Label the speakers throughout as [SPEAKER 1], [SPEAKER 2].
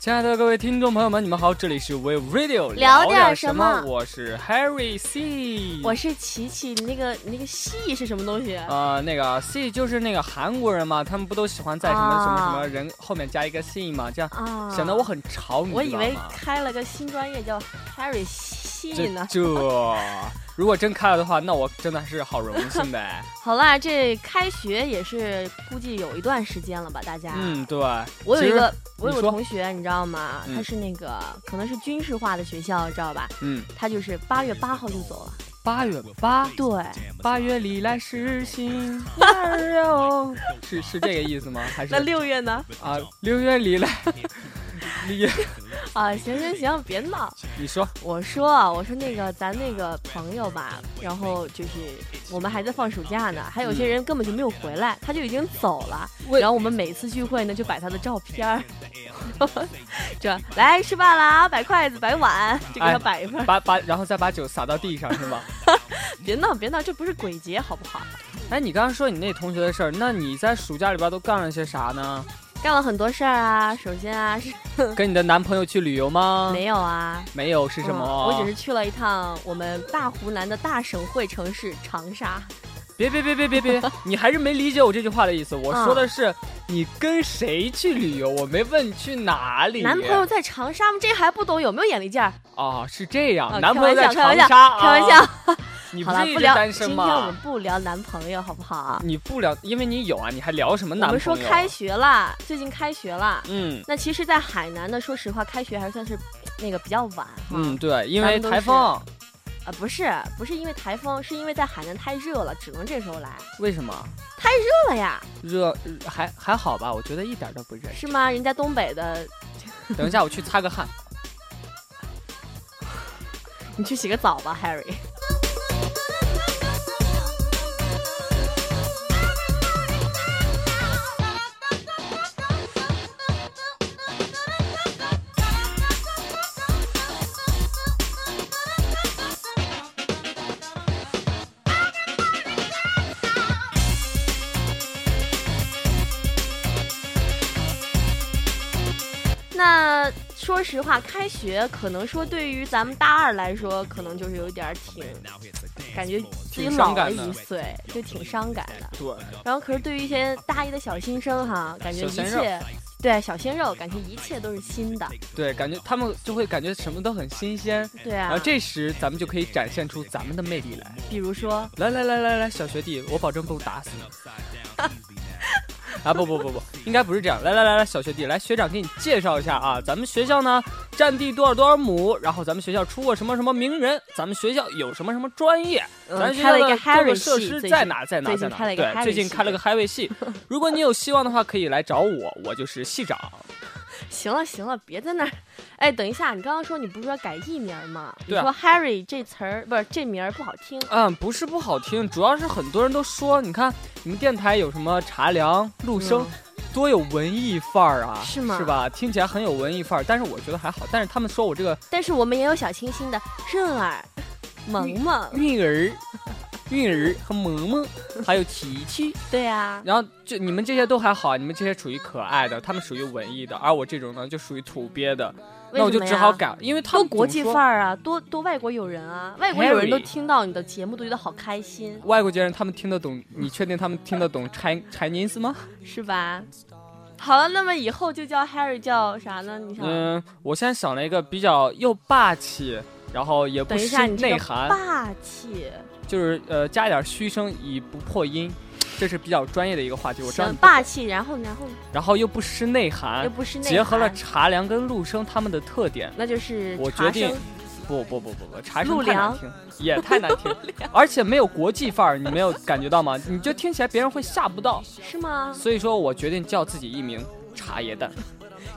[SPEAKER 1] 亲爱的各位听众朋友们，你们好，这里是 We Radio
[SPEAKER 2] 聊
[SPEAKER 1] 点
[SPEAKER 2] 点什么
[SPEAKER 1] 我是 Harry C。
[SPEAKER 2] 我是琪琪，你那个你那个戏是什么东西？
[SPEAKER 1] 呃，那个 C 就是那个韩国人嘛，他们不都喜欢在什么什么什么
[SPEAKER 2] 啊
[SPEAKER 1] 人后面加一个 C 嘛，这样
[SPEAKER 2] 啊，
[SPEAKER 1] 显得我很潮，你
[SPEAKER 2] 我
[SPEAKER 1] 知
[SPEAKER 2] 以
[SPEAKER 1] 道
[SPEAKER 2] 为
[SPEAKER 1] 吗？
[SPEAKER 2] 开了个新专业叫 Harry 戏
[SPEAKER 1] 这
[SPEAKER 2] 呢。
[SPEAKER 1] 这，如果真开了的话，那我真的是好荣幸的。
[SPEAKER 2] 好啦，这开学也是估计有一段时间了吧，大家。
[SPEAKER 1] 嗯，对，
[SPEAKER 2] 我有一个，我
[SPEAKER 1] 你
[SPEAKER 2] 有个
[SPEAKER 1] 说
[SPEAKER 2] 同学，你知道吗？
[SPEAKER 1] 嗯
[SPEAKER 2] 他是那个可能是军事化的学校，知道吧？
[SPEAKER 1] 嗯，
[SPEAKER 2] 他就是八月八号就走了。
[SPEAKER 1] 八月八，
[SPEAKER 2] 对，
[SPEAKER 1] 八月里来是新花哟，是是这个意思吗？还是
[SPEAKER 2] 那六月呢？
[SPEAKER 1] 啊，六月里来，你
[SPEAKER 2] 啊，行行行，别闹。
[SPEAKER 1] 你说，
[SPEAKER 2] 我说啊，我说那个咱那个朋友吧，然后就是我们还在放暑假呢，还有些人根本就没有回来，他就已经走了。然后我们每次聚会呢，就摆他的照片儿， 这来吃饭啦，摆筷子，摆碗，就给
[SPEAKER 1] 哎
[SPEAKER 2] 他摆一份儿。
[SPEAKER 1] 把把然后再把酒洒到地上是吗？
[SPEAKER 2] 别闹别闹，这不是鬼节好不好？
[SPEAKER 1] 哎，你刚刚说你那同学的事儿，那你在暑假里边都干了些啥呢？
[SPEAKER 2] 干了很多事儿啊，首先啊是
[SPEAKER 1] 跟你的男朋友去旅游吗？
[SPEAKER 2] 没有啊，
[SPEAKER 1] 没有是什么？
[SPEAKER 2] 嗯我只是去了一趟我们大湖南的大省会城市长沙。
[SPEAKER 1] 别别别别别别， 你还是没理解我这句话的意思。我
[SPEAKER 2] 嗯
[SPEAKER 1] 说的是你跟谁去旅游，我没问你去哪里。
[SPEAKER 2] 男朋友在长沙吗？这还不懂有没有眼力见儿？
[SPEAKER 1] 哦，是这样，
[SPEAKER 2] 啊
[SPEAKER 1] 男朋友在
[SPEAKER 2] 开
[SPEAKER 1] 长
[SPEAKER 2] 玩笑
[SPEAKER 1] 沙，
[SPEAKER 2] 开玩
[SPEAKER 1] 啊
[SPEAKER 2] 笑。。
[SPEAKER 1] 你不
[SPEAKER 2] 好了
[SPEAKER 1] 是，一
[SPEAKER 2] 不
[SPEAKER 1] 直
[SPEAKER 2] 聊，
[SPEAKER 1] 单
[SPEAKER 2] 今
[SPEAKER 1] 身
[SPEAKER 2] 天我们
[SPEAKER 1] 吗？
[SPEAKER 2] 不聊男朋友，好不好？
[SPEAKER 1] 你不聊，因为你有啊，你还聊什么
[SPEAKER 2] 我
[SPEAKER 1] 男朋友？啊
[SPEAKER 2] 们说开，学啦，最近开学啦。
[SPEAKER 1] 嗯
[SPEAKER 2] 那其实，在海南呢，说实话，开学还算是那个比较晚哈。
[SPEAKER 1] 嗯，对，因
[SPEAKER 2] 咱
[SPEAKER 1] 为
[SPEAKER 2] 们都
[SPEAKER 1] 台
[SPEAKER 2] 是
[SPEAKER 1] 风，
[SPEAKER 2] 啊，不是，不是因为台风，是因为在海南太热了，只能这时候来。
[SPEAKER 1] 为什么
[SPEAKER 2] 热了呀，
[SPEAKER 1] 热呃还还好吧？我觉得一点都不热。
[SPEAKER 2] 是吗？人家东北的，
[SPEAKER 1] 等一下我去擦个汗。
[SPEAKER 2] 你去洗个澡吧，Harry。那说实话，开学可能说对于咱们大二来说，可能就是有点儿挺，感觉自己
[SPEAKER 1] 挺伤
[SPEAKER 2] 老了
[SPEAKER 1] 感的
[SPEAKER 2] 一岁，就挺伤感的。
[SPEAKER 1] 对，
[SPEAKER 2] 然后，可是对于一些大一的小新生哈，感觉
[SPEAKER 1] 小
[SPEAKER 2] 一
[SPEAKER 1] 鲜肉
[SPEAKER 2] 切，对小鲜肉，感觉一切都是新的，
[SPEAKER 1] 对，感觉他们就会感觉什么都很新鲜，
[SPEAKER 2] 对
[SPEAKER 1] 然后
[SPEAKER 2] 啊。
[SPEAKER 1] 这时咱们就可以展现出咱们的魅力来。
[SPEAKER 2] 比如说，
[SPEAKER 1] 来来来来来，小学弟，我保证不打死你。 啊不不不不，应该不是这样。来来来来，小学弟，来学长给你介绍一下啊，咱们学校呢占地多少多少亩，然后咱们学校出过什么什么名人，咱们学校有什么什么专业，咱
[SPEAKER 2] 嗯，
[SPEAKER 1] 学
[SPEAKER 2] 开
[SPEAKER 1] 校
[SPEAKER 2] 了一个
[SPEAKER 1] 的各
[SPEAKER 2] Harry
[SPEAKER 1] 个设
[SPEAKER 2] 系，
[SPEAKER 1] 施
[SPEAKER 2] 最
[SPEAKER 1] 在
[SPEAKER 2] 近
[SPEAKER 1] 哪在哪
[SPEAKER 2] 最
[SPEAKER 1] 在
[SPEAKER 2] 近
[SPEAKER 1] 哪
[SPEAKER 2] 开了
[SPEAKER 1] 儿？
[SPEAKER 2] 一个
[SPEAKER 1] 对，
[SPEAKER 2] Harry
[SPEAKER 1] 最近
[SPEAKER 2] 系
[SPEAKER 1] 开了个 highway 系， 如果你有希望的话，可以来找我，我就是系长。
[SPEAKER 2] 行了行了，别在那儿。哎，等一下，你刚刚说你不是说改艺名儿吗？你
[SPEAKER 1] 对啊
[SPEAKER 2] 说 Harry 这词儿不是这名儿不好听，
[SPEAKER 1] 嗯，不是不好听，主要是很多人都说，你看你们电台有什么茶凉、陆生，
[SPEAKER 2] 嗯
[SPEAKER 1] 多有文艺范儿啊，
[SPEAKER 2] 是吗
[SPEAKER 1] 是吧？听起来很有文艺范儿，但是我觉得还好。但是他们说我这个
[SPEAKER 2] 但是我们也有小清新的润儿、萌萌，
[SPEAKER 1] 韵儿、韵儿和萌萌，还有琪琪，
[SPEAKER 2] 对啊，
[SPEAKER 1] 然后就你们这些都还好，啊你们这些属于可爱的，他们属于文艺的，而我这种呢就属于土鳖的，
[SPEAKER 2] 为
[SPEAKER 1] 那我
[SPEAKER 2] 什
[SPEAKER 1] 就
[SPEAKER 2] 么
[SPEAKER 1] 只好
[SPEAKER 2] 呀
[SPEAKER 1] 改，因为他
[SPEAKER 2] 多
[SPEAKER 1] 们
[SPEAKER 2] 国际
[SPEAKER 1] 总说
[SPEAKER 2] 范儿啊，多多外国友人啊，外国友人
[SPEAKER 1] Harry
[SPEAKER 2] 都听到你的节目都觉得好开心，
[SPEAKER 1] 外国人他们听得懂，你确定他们听得懂 Chi- Chinese 吗？
[SPEAKER 2] 是吧？好了，那么以后就叫 Harry 叫啥呢？你想，
[SPEAKER 1] 嗯，我现在想了一个比较又霸气，然后也不
[SPEAKER 2] 等一
[SPEAKER 1] 失
[SPEAKER 2] 下，你这
[SPEAKER 1] 内
[SPEAKER 2] 个
[SPEAKER 1] 涵，
[SPEAKER 2] 霸气，
[SPEAKER 1] 就是呃加一点虚声以不破音，这是比较专业的一个话题。我知道
[SPEAKER 2] 行
[SPEAKER 1] 你，
[SPEAKER 2] 霸气，然后然后
[SPEAKER 1] 然后又不失内涵，
[SPEAKER 2] 又不是内
[SPEAKER 1] 结合了
[SPEAKER 2] 涵
[SPEAKER 1] 茶凉跟陆生他们的特点。
[SPEAKER 2] 那就是
[SPEAKER 1] 我
[SPEAKER 2] 茶
[SPEAKER 1] 决定
[SPEAKER 2] 声
[SPEAKER 1] 不不不不不，茶
[SPEAKER 2] 陆
[SPEAKER 1] 声太难
[SPEAKER 2] 凉
[SPEAKER 1] 听，也太难听，而且没有国际范儿，你没有感觉到吗？你就听起来别人会吓不到。
[SPEAKER 2] 是吗？
[SPEAKER 1] 所以说我决定叫自己一名茶叶蛋。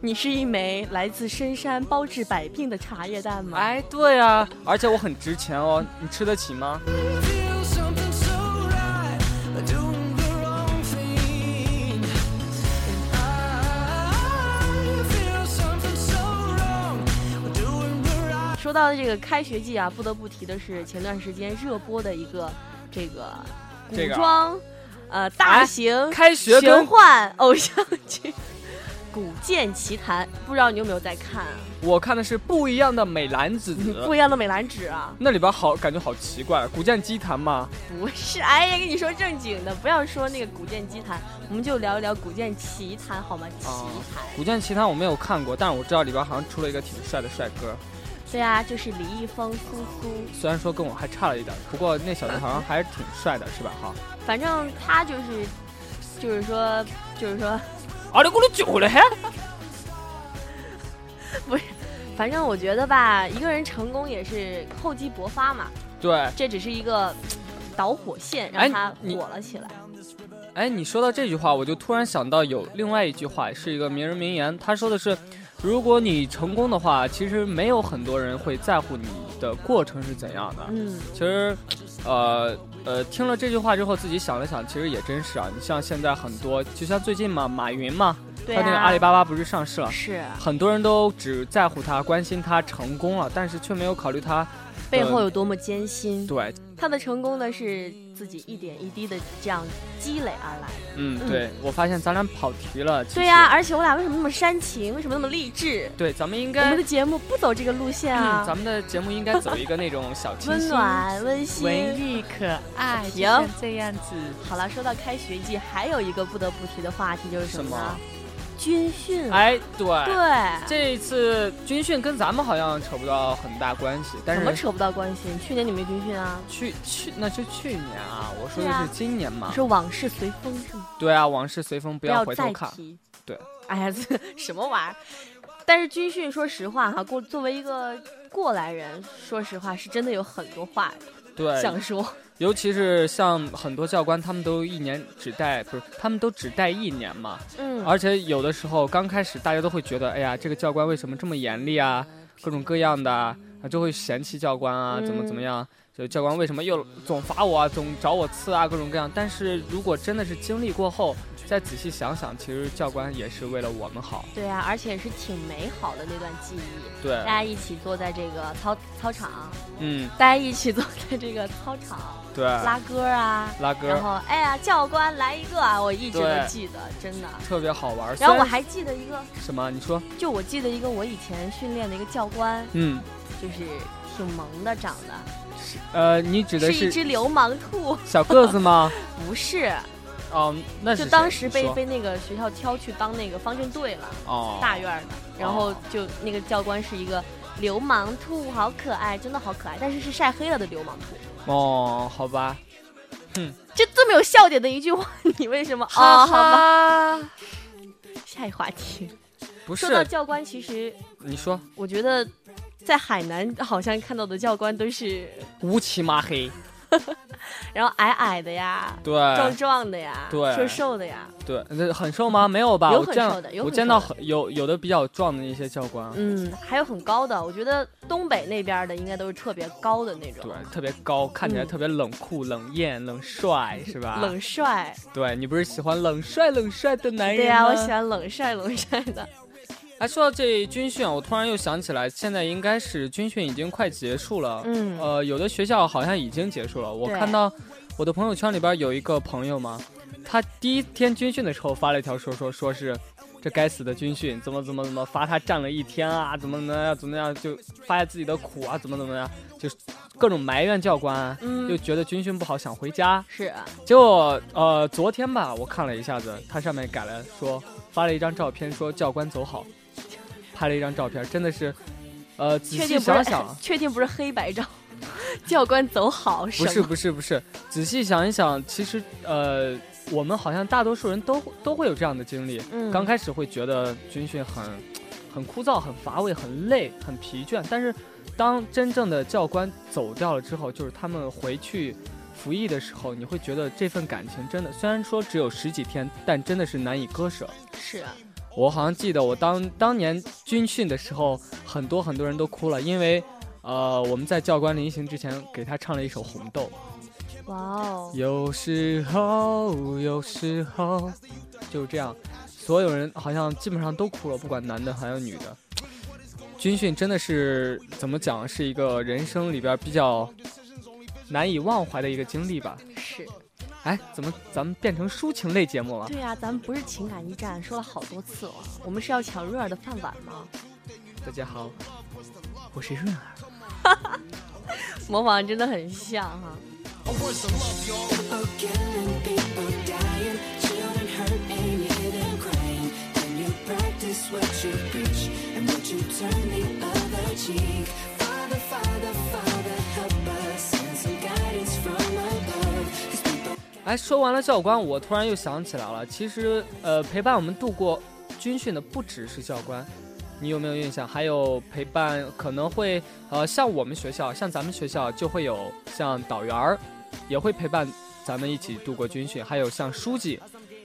[SPEAKER 2] 你是一枚来自深山包治百病的茶叶蛋吗？
[SPEAKER 1] 哎，对啊，而且我很值钱哦，你吃得起吗？
[SPEAKER 3] Feel something so right, doing the wrong thing. And I feel something so wrong, doing the right.
[SPEAKER 2] 说到这个开学季啊，不得不提的是前段时间热播的一个这个古
[SPEAKER 1] 这个啊哎
[SPEAKER 2] 装，呃，大型
[SPEAKER 1] 开学
[SPEAKER 2] 玄
[SPEAKER 1] 跟
[SPEAKER 2] 幻偶像剧。古剑奇谭》，不知道你有没有在看啊？
[SPEAKER 1] 我看的是不一样的美男子，
[SPEAKER 2] 不一样的美兰指啊，
[SPEAKER 1] 那里边好感觉好奇怪，古剑奇谭嘛，
[SPEAKER 2] 不是，哎呀，跟你说正经的，不要说那个古剑奇谭，我们就聊一聊古剑奇谭好吗？奇
[SPEAKER 1] 哦
[SPEAKER 2] 谭，
[SPEAKER 1] 古剑奇谭我没有看过，但是我知道里边好像出了一个挺帅的帅哥，
[SPEAKER 2] 对啊，就是李易峰、苏苏，
[SPEAKER 1] 虽然说跟我还差了一点，不过那小子好像还是挺帅的，是吧？哈，
[SPEAKER 2] 反正他就是，就是说，就是说，
[SPEAKER 1] 啊，你给我酒了还？
[SPEAKER 2] 反正我觉得吧，一个人成功也是厚积薄发嘛，
[SPEAKER 1] 对，
[SPEAKER 2] 这只是一个导火线，
[SPEAKER 1] 哎
[SPEAKER 2] 让他
[SPEAKER 1] 你
[SPEAKER 2] 火了起来。
[SPEAKER 1] 哎，你说到这句话，我就突然想到有另外一句话，是一个名人名言，他说的是，如果你成功的话，其实没有很多人会在乎你的过程是怎样的。
[SPEAKER 2] 嗯，
[SPEAKER 1] 其实，呃呃，听了这句话之后，自己想了想，其实也真是啊。你像现在很多，就像最近嘛，马云嘛，
[SPEAKER 2] 对
[SPEAKER 1] 他
[SPEAKER 2] 啊，
[SPEAKER 1] 那个阿里巴巴不是上市了，
[SPEAKER 2] 是
[SPEAKER 1] 很多人都只在乎他，关心他成功了，但是却没有考虑他
[SPEAKER 2] 背后有多么艰辛。
[SPEAKER 1] 对，
[SPEAKER 2] 他的成功呢，是自己一点一滴的这样积累而来。
[SPEAKER 1] 嗯，
[SPEAKER 2] 嗯
[SPEAKER 1] 对我发现咱俩跑题了。其
[SPEAKER 2] 对
[SPEAKER 1] 实
[SPEAKER 2] 呀、而且我俩为什么那么煽情？为什么那么励志？
[SPEAKER 1] 对，咱们应
[SPEAKER 2] 我
[SPEAKER 1] 该
[SPEAKER 2] 们的节目不走这个路线
[SPEAKER 1] 嗯，
[SPEAKER 2] 啊，
[SPEAKER 1] 咱们的节目应该走一个那种小清
[SPEAKER 2] 温
[SPEAKER 1] 新、
[SPEAKER 2] 暖温馨。
[SPEAKER 1] 文艺、可爱，就
[SPEAKER 2] 行
[SPEAKER 1] 像这样子。
[SPEAKER 2] 好了，说到开学季，还有一个不得不提的话题就是什么呢？军训。
[SPEAKER 1] 哎，对，
[SPEAKER 2] 对，
[SPEAKER 1] 这一次军训跟咱们好像扯不到很大关系，但
[SPEAKER 2] 怎么
[SPEAKER 1] 是
[SPEAKER 2] 扯不到关系？去年你没军训啊？
[SPEAKER 1] 去去那是去年啊，我说
[SPEAKER 2] 对
[SPEAKER 1] 的
[SPEAKER 2] 啊
[SPEAKER 1] 是今年嘛。
[SPEAKER 2] 说往事随风是吗？
[SPEAKER 1] 对啊，往事随风，不
[SPEAKER 2] 不
[SPEAKER 1] 要
[SPEAKER 2] 要
[SPEAKER 1] 回头
[SPEAKER 2] 再
[SPEAKER 1] 看。
[SPEAKER 2] 提。
[SPEAKER 1] 对，
[SPEAKER 2] 哎呀， 这什么玩意儿？但是军训，说实话哈，过作为一个过来人，说实话是真的有很多话
[SPEAKER 1] 对，
[SPEAKER 2] 想说。
[SPEAKER 1] 尤其是像很多教官，他们都一年只带不是，他们都只带一年嘛。
[SPEAKER 2] 嗯，
[SPEAKER 1] 而且有的时候刚开始大家都会觉得，哎呀，这个教官为什么这么严厉啊？各种各样的啊，啊就会嫌弃教官
[SPEAKER 2] 嗯
[SPEAKER 1] 啊，怎么怎么样？就教官为什么又总罚我啊，总找我刺啊，各种各样。但是如果真的是经历过后，再仔细想想，其实教官也是为了我们好。
[SPEAKER 2] 对啊，而且是挺美好的那段记忆。
[SPEAKER 1] 对
[SPEAKER 2] 大，家一起坐在这个操操场，
[SPEAKER 1] 嗯，
[SPEAKER 2] 大家一起坐在这个操场
[SPEAKER 1] 对，
[SPEAKER 2] 拉歌啊，
[SPEAKER 1] 嗯拉歌
[SPEAKER 2] 然后哎呀，教官来一个啊，我一直
[SPEAKER 1] 对
[SPEAKER 2] 都记得，真的。
[SPEAKER 1] 特别好玩。
[SPEAKER 2] 然后我
[SPEAKER 1] 虽
[SPEAKER 2] 还记得一个，
[SPEAKER 1] 什么？你说，
[SPEAKER 2] 就我记得一个我以前训练的一个教官，
[SPEAKER 1] 嗯，
[SPEAKER 2] 就是挺萌的，长得
[SPEAKER 1] 呃，你指的
[SPEAKER 2] 是一
[SPEAKER 1] 是
[SPEAKER 2] 只流氓兔，
[SPEAKER 1] 小个子吗？
[SPEAKER 2] 不是，
[SPEAKER 1] 哦，那是
[SPEAKER 2] 就
[SPEAKER 1] 谁
[SPEAKER 2] 当时被
[SPEAKER 1] 说
[SPEAKER 2] 被那个学校挑去当那个方阵队了，
[SPEAKER 1] 哦
[SPEAKER 2] 大院儿的，然后就那个教官是一个流氓兔，好可爱，真的好可爱，但是是晒黑了的流氓兔。
[SPEAKER 1] 哦，好吧，
[SPEAKER 2] 这这么有笑点的一句话，你为 什么？哦，好吧，
[SPEAKER 1] 吧，
[SPEAKER 2] 下一话题。
[SPEAKER 1] 不
[SPEAKER 2] 说到
[SPEAKER 1] 是，
[SPEAKER 2] 教官，其实
[SPEAKER 1] 你说。
[SPEAKER 2] 我觉得，在海南好像看到的教官都是，
[SPEAKER 1] 乌漆嘛黑。
[SPEAKER 2] 然后矮矮的呀，壮
[SPEAKER 1] 对
[SPEAKER 2] 壮的呀，
[SPEAKER 1] 哎对
[SPEAKER 2] 瘦瘦的呀，
[SPEAKER 1] 对，那很瘦吗？没有吧？
[SPEAKER 2] 嗯有
[SPEAKER 1] 我
[SPEAKER 2] 很
[SPEAKER 1] 见
[SPEAKER 2] 瘦的有
[SPEAKER 1] 我
[SPEAKER 2] 很
[SPEAKER 1] 见到
[SPEAKER 2] 瘦
[SPEAKER 1] 很有有的比较壮的一些教官，啊
[SPEAKER 2] 嗯，还有很高的。我觉得东北那边的应该都是特别高的那种
[SPEAKER 1] 对，，特别高，看起来
[SPEAKER 2] 嗯
[SPEAKER 1] 特别冷酷、冷艳、冷帅，是吧？
[SPEAKER 2] 冷帅。
[SPEAKER 1] 对你不是喜欢冷帅、冷帅的男人
[SPEAKER 2] 对呀、啊
[SPEAKER 1] 吗
[SPEAKER 2] 我喜。欢冷帅冷帅的。
[SPEAKER 1] 哎，说到这军训，啊我突然又想起来，现在应该是军训已经快结束了。
[SPEAKER 2] 嗯
[SPEAKER 1] 呃，有的学校好像已经结束了。我
[SPEAKER 2] 对
[SPEAKER 1] 看到我的朋友圈里边有一个朋友嘛，他第一天军训的时候发了一条说说说是这该死的军训怎么怎么怎么罚他站了一天啊，怎么怎么样怎么样就发现自己的苦啊，怎么怎么样就是各种埋怨教官啊，又
[SPEAKER 2] 嗯，
[SPEAKER 1] 觉得军训不好想回家。
[SPEAKER 2] 是啊
[SPEAKER 1] 结果呃昨天吧，我看了一下子，他上面改了说发了一张照片说教官走好，拍了一张照片，真的是。呃，仔
[SPEAKER 2] 确
[SPEAKER 1] 细
[SPEAKER 2] 定不是
[SPEAKER 1] 想 想，
[SPEAKER 2] 确定不是黑白照，教官走好
[SPEAKER 1] 不
[SPEAKER 2] 什
[SPEAKER 1] 是
[SPEAKER 2] 么？
[SPEAKER 1] 不是不是，仔细想一想，其实呃，我们好像大多数人都都会有这样的经历。
[SPEAKER 2] 嗯
[SPEAKER 1] 刚开始会觉得军训很很枯燥、很乏味、很累、很疲倦，但是当真正的教官走掉了之后，就是他们回去服役的时候，你会觉得这份感情真的，虽然说只有十几天，但真的是难以割舍。
[SPEAKER 2] 是啊
[SPEAKER 1] 我好像记得我当当年军训的时候，很多很多人都哭了，因为。呃，我们在教官临行之前给他唱了一首《红豆》，
[SPEAKER 2] 哇哦，
[SPEAKER 1] 有时候，有时候就是这样，所有人好像基本上都哭了，不管男的还有女的。军训真的是怎么讲，是一个人生里边比较难以忘怀的一个经历吧。
[SPEAKER 2] 是。
[SPEAKER 1] 哎，怎么咱们变成抒情类节目了？
[SPEAKER 2] 对呀、咱们不是情感驿站，说了好多次了，我们是要抢润儿的饭碗吗？
[SPEAKER 1] 大家好，我是润儿。
[SPEAKER 2] 模仿真的很像哈、
[SPEAKER 4] Oh, killing people dying, children hurting, hidden crying. Can you practice what you preach? And would you turn the other cheek? Father, Father, Father, help us. Send some guidance from above. 'Cause people
[SPEAKER 1] 哎，说完了教官，我突然又想起来了，其实呃，陪伴我们度过军训的不只是教官，你有没有印象？还有陪伴可能会呃，像我们学校，像咱们学校就会有像导员儿，也会陪伴咱们一起度过军训，还有像书记。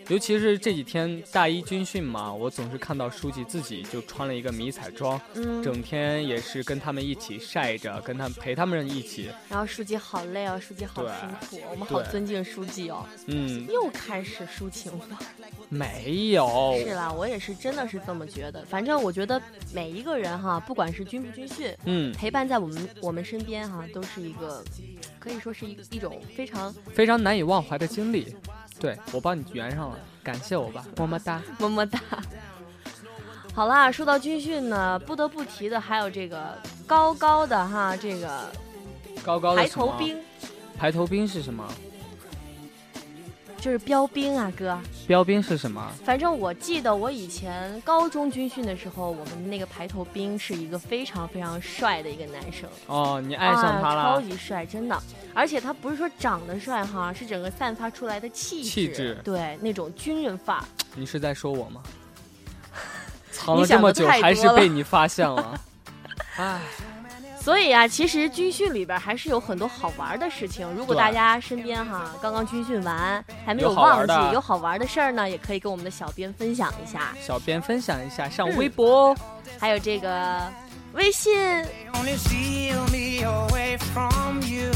[SPEAKER 1] 尤其是这几天大一军训嘛，我总是看到书记自己就穿了一个迷彩装，
[SPEAKER 2] 嗯，
[SPEAKER 1] 整天也是跟他们一起晒着，跟他们陪他们一起，
[SPEAKER 2] 然后书记好累哦，书记好辛苦，我们好
[SPEAKER 1] 对
[SPEAKER 2] 尊敬书记哦。
[SPEAKER 1] 嗯，
[SPEAKER 2] 又开始抒情了，
[SPEAKER 1] 没有，
[SPEAKER 2] 是啦，我也是真的是这么觉得。反正我觉得每一个人哈，不管是军不军训，
[SPEAKER 1] 嗯，
[SPEAKER 2] 陪伴在我们我们身边哈，都是一个可以说是一一种非常
[SPEAKER 1] 非常难以忘怀的经历。对我帮你圆上了，感谢我吧，么么哒。
[SPEAKER 2] 么么哒。好啦，说到军训呢，不得不提的还有这个高高的哈，这个
[SPEAKER 1] 高高的
[SPEAKER 2] 排
[SPEAKER 1] 什么
[SPEAKER 2] 头，兵，
[SPEAKER 1] 排头兵是什么？
[SPEAKER 2] 就是标兵啊，哥。
[SPEAKER 1] 标兵是什么？
[SPEAKER 2] 反正我记得我以前高中军训的时候，我们那个排头兵是一个非常非常帅的一个男生，
[SPEAKER 1] 哦，你爱上他
[SPEAKER 2] 啊，超
[SPEAKER 1] 了，
[SPEAKER 2] 级帅，真的。而且他不是说长得帅哈，是整个散发出来的气质，
[SPEAKER 1] 气质
[SPEAKER 2] 对那种军人范儿。
[SPEAKER 1] 你是在说 我吗？藏
[SPEAKER 2] 你
[SPEAKER 1] 了这
[SPEAKER 2] 想
[SPEAKER 1] 么
[SPEAKER 2] 得
[SPEAKER 1] 久，
[SPEAKER 2] 太
[SPEAKER 1] 还
[SPEAKER 2] 多
[SPEAKER 1] 是
[SPEAKER 2] 了
[SPEAKER 1] 被你发现 了。唉，
[SPEAKER 2] 所以啊，其实军训里边还是有很多好玩的事情。如果
[SPEAKER 1] 对
[SPEAKER 2] 大家身边哈刚刚军训完，还没
[SPEAKER 1] 有好
[SPEAKER 2] 忘
[SPEAKER 1] 玩
[SPEAKER 2] 记
[SPEAKER 1] 的
[SPEAKER 2] 有好玩的事儿呢，也可以跟我们的小编分享一下。
[SPEAKER 1] 小编分享一下，上
[SPEAKER 2] 嗯
[SPEAKER 1] 微博哦。
[SPEAKER 2] 还有这个微信
[SPEAKER 4] only steal me away from you.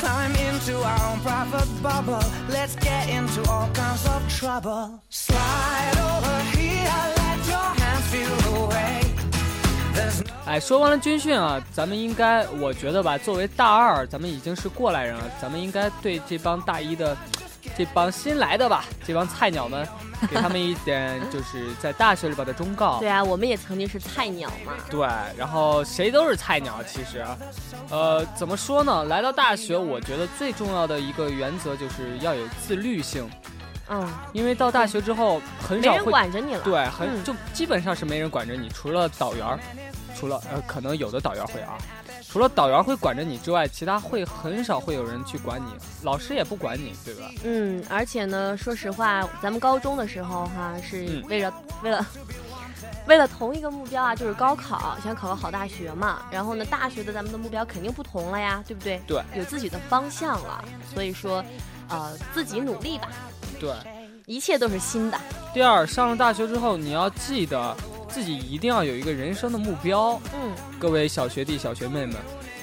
[SPEAKER 4] Climb into our own private bubble. Let's get into all kinds of trouble. Slide over here, let your hands feel the way. There's no
[SPEAKER 1] 哎，说完了军训啊，咱们应该，我觉得吧，作为大二，咱们已经是过来人了，咱们应该对这帮大一的、这帮新来的吧，这帮菜鸟们，给他们一 点就是在大学里边的忠告。
[SPEAKER 2] 对啊，我们也曾经是菜鸟嘛。
[SPEAKER 1] 对，然后谁都是菜鸟，其实，呃，怎么说呢？来到大学，我觉得最重要的一个原则就是要有自律性，
[SPEAKER 2] 嗯，
[SPEAKER 1] 因为到大学之后很
[SPEAKER 2] 没
[SPEAKER 1] 少
[SPEAKER 2] 人
[SPEAKER 1] 会，
[SPEAKER 2] 管着你了。
[SPEAKER 1] 对，很、
[SPEAKER 2] 嗯
[SPEAKER 1] 就基本上是没人管着你，除了导员儿，除了呃，可能有的导员会啊，除了导员会管着你之外，其他会很少会有人去管你，老师也不管你，对吧？
[SPEAKER 2] 嗯，而且呢，说实话，咱们高中的时候哈，是
[SPEAKER 1] 嗯
[SPEAKER 2] 为了、为了。为了同一个目标啊，就是高考，想考个好大学嘛。然后呢，大学的咱们的目标肯定不同了呀，对不对？
[SPEAKER 1] 对，
[SPEAKER 2] 有自己的方向了。所以说，呃，自己努力吧，
[SPEAKER 1] 对。
[SPEAKER 2] 一切都是新的。
[SPEAKER 1] 第二，上了大学之后，你要记得自己一定要有一个人生的目标。
[SPEAKER 2] 嗯，
[SPEAKER 1] 各位小学弟、小学妹们，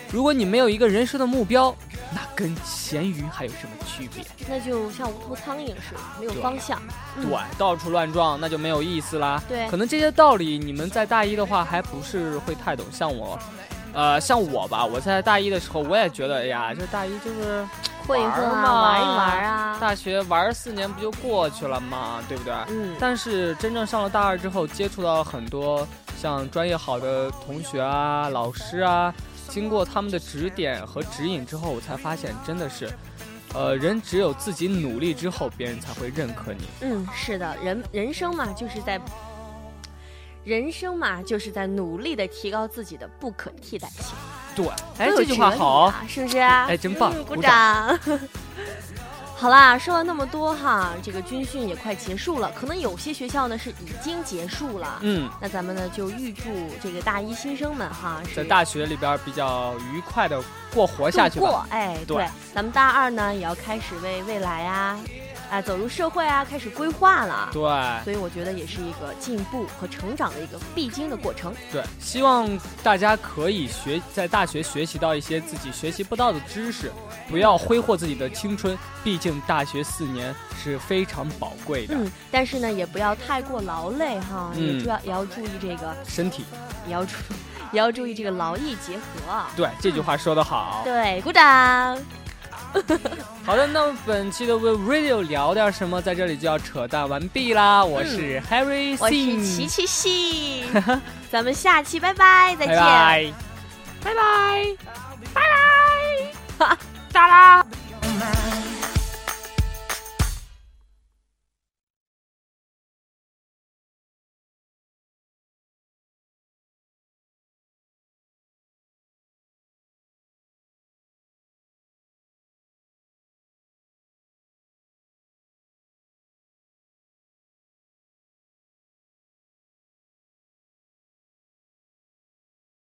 [SPEAKER 1] 如果你没有一个人生的目标，那跟咸鱼还有什么区别？
[SPEAKER 2] 那就像无头苍蝇似的，没有
[SPEAKER 1] 对
[SPEAKER 2] 方向。嗯
[SPEAKER 1] 对，到处乱撞，那就没有意思啦。
[SPEAKER 2] 对
[SPEAKER 1] 可能这些道理你们在大一的话还不是会太懂。像我，呃，像我吧，我在大一的时候，我也觉得，哎呀，这大一就是
[SPEAKER 2] 混一混
[SPEAKER 1] 玩儿
[SPEAKER 2] 啊，
[SPEAKER 1] 嘛
[SPEAKER 2] 玩一玩啊。
[SPEAKER 1] 大学玩四年不就过去了嘛，对不对？
[SPEAKER 2] 嗯，
[SPEAKER 1] 但是真正上了大二之后，接触到很多像专业好的同学啊、老师啊，经过他们的指点和指引之后，我才发现真的是，呃，人只有自己努力之后，别人才会认可你。
[SPEAKER 2] 嗯，是的，人人生嘛，就是在人生嘛，就是在努力的提高自己的不可替代性。
[SPEAKER 1] 对，哎，
[SPEAKER 2] 多有
[SPEAKER 1] 这句话
[SPEAKER 2] 哲理
[SPEAKER 1] 好，
[SPEAKER 2] 啊，是不是、啊？
[SPEAKER 1] 哎真棒
[SPEAKER 2] 嗯鼓
[SPEAKER 1] 鼓
[SPEAKER 2] 掌。 好啦，说了那么多哈，这个军训也快结束了，可能有些学校呢是已经结束了。
[SPEAKER 1] 嗯，
[SPEAKER 2] 那咱们呢就预祝这个大一新生们哈，
[SPEAKER 1] 在
[SPEAKER 2] 是
[SPEAKER 1] 大学里边比较愉快的过活下去
[SPEAKER 2] 度
[SPEAKER 1] 吧。
[SPEAKER 2] 过，哎，
[SPEAKER 1] 对
[SPEAKER 2] 咱们大二呢也要开始为未来啊，啊走入社会啊开始规划了。
[SPEAKER 1] 对
[SPEAKER 2] 所以我觉得也是一个进步和成长的一个必经的过程。
[SPEAKER 1] 对，希望大家可以学在大学学习到一些自己学习不到的知识，不要挥霍自己的青春，毕竟大学四年是非常宝贵的。
[SPEAKER 2] 嗯，但是呢，也不要太过劳累哈，
[SPEAKER 1] 嗯
[SPEAKER 2] 也主要也要注意这个，
[SPEAKER 1] 身体，
[SPEAKER 2] 也要注也要注意这个劳逸结合啊。嗯
[SPEAKER 1] 对这句话说得好。
[SPEAKER 2] 对，鼓掌。
[SPEAKER 4] I
[SPEAKER 1] 好的，那么本期的 We Radio 聊点什么，在这里就要扯淡完毕啦。我是 Harry
[SPEAKER 2] 嗯我
[SPEAKER 1] C，
[SPEAKER 2] 是琪琪 系，咱们下期拜拜，再
[SPEAKER 1] 拜
[SPEAKER 2] 见，
[SPEAKER 1] 拜。
[SPEAKER 2] 拜拜。
[SPEAKER 1] 哒啦。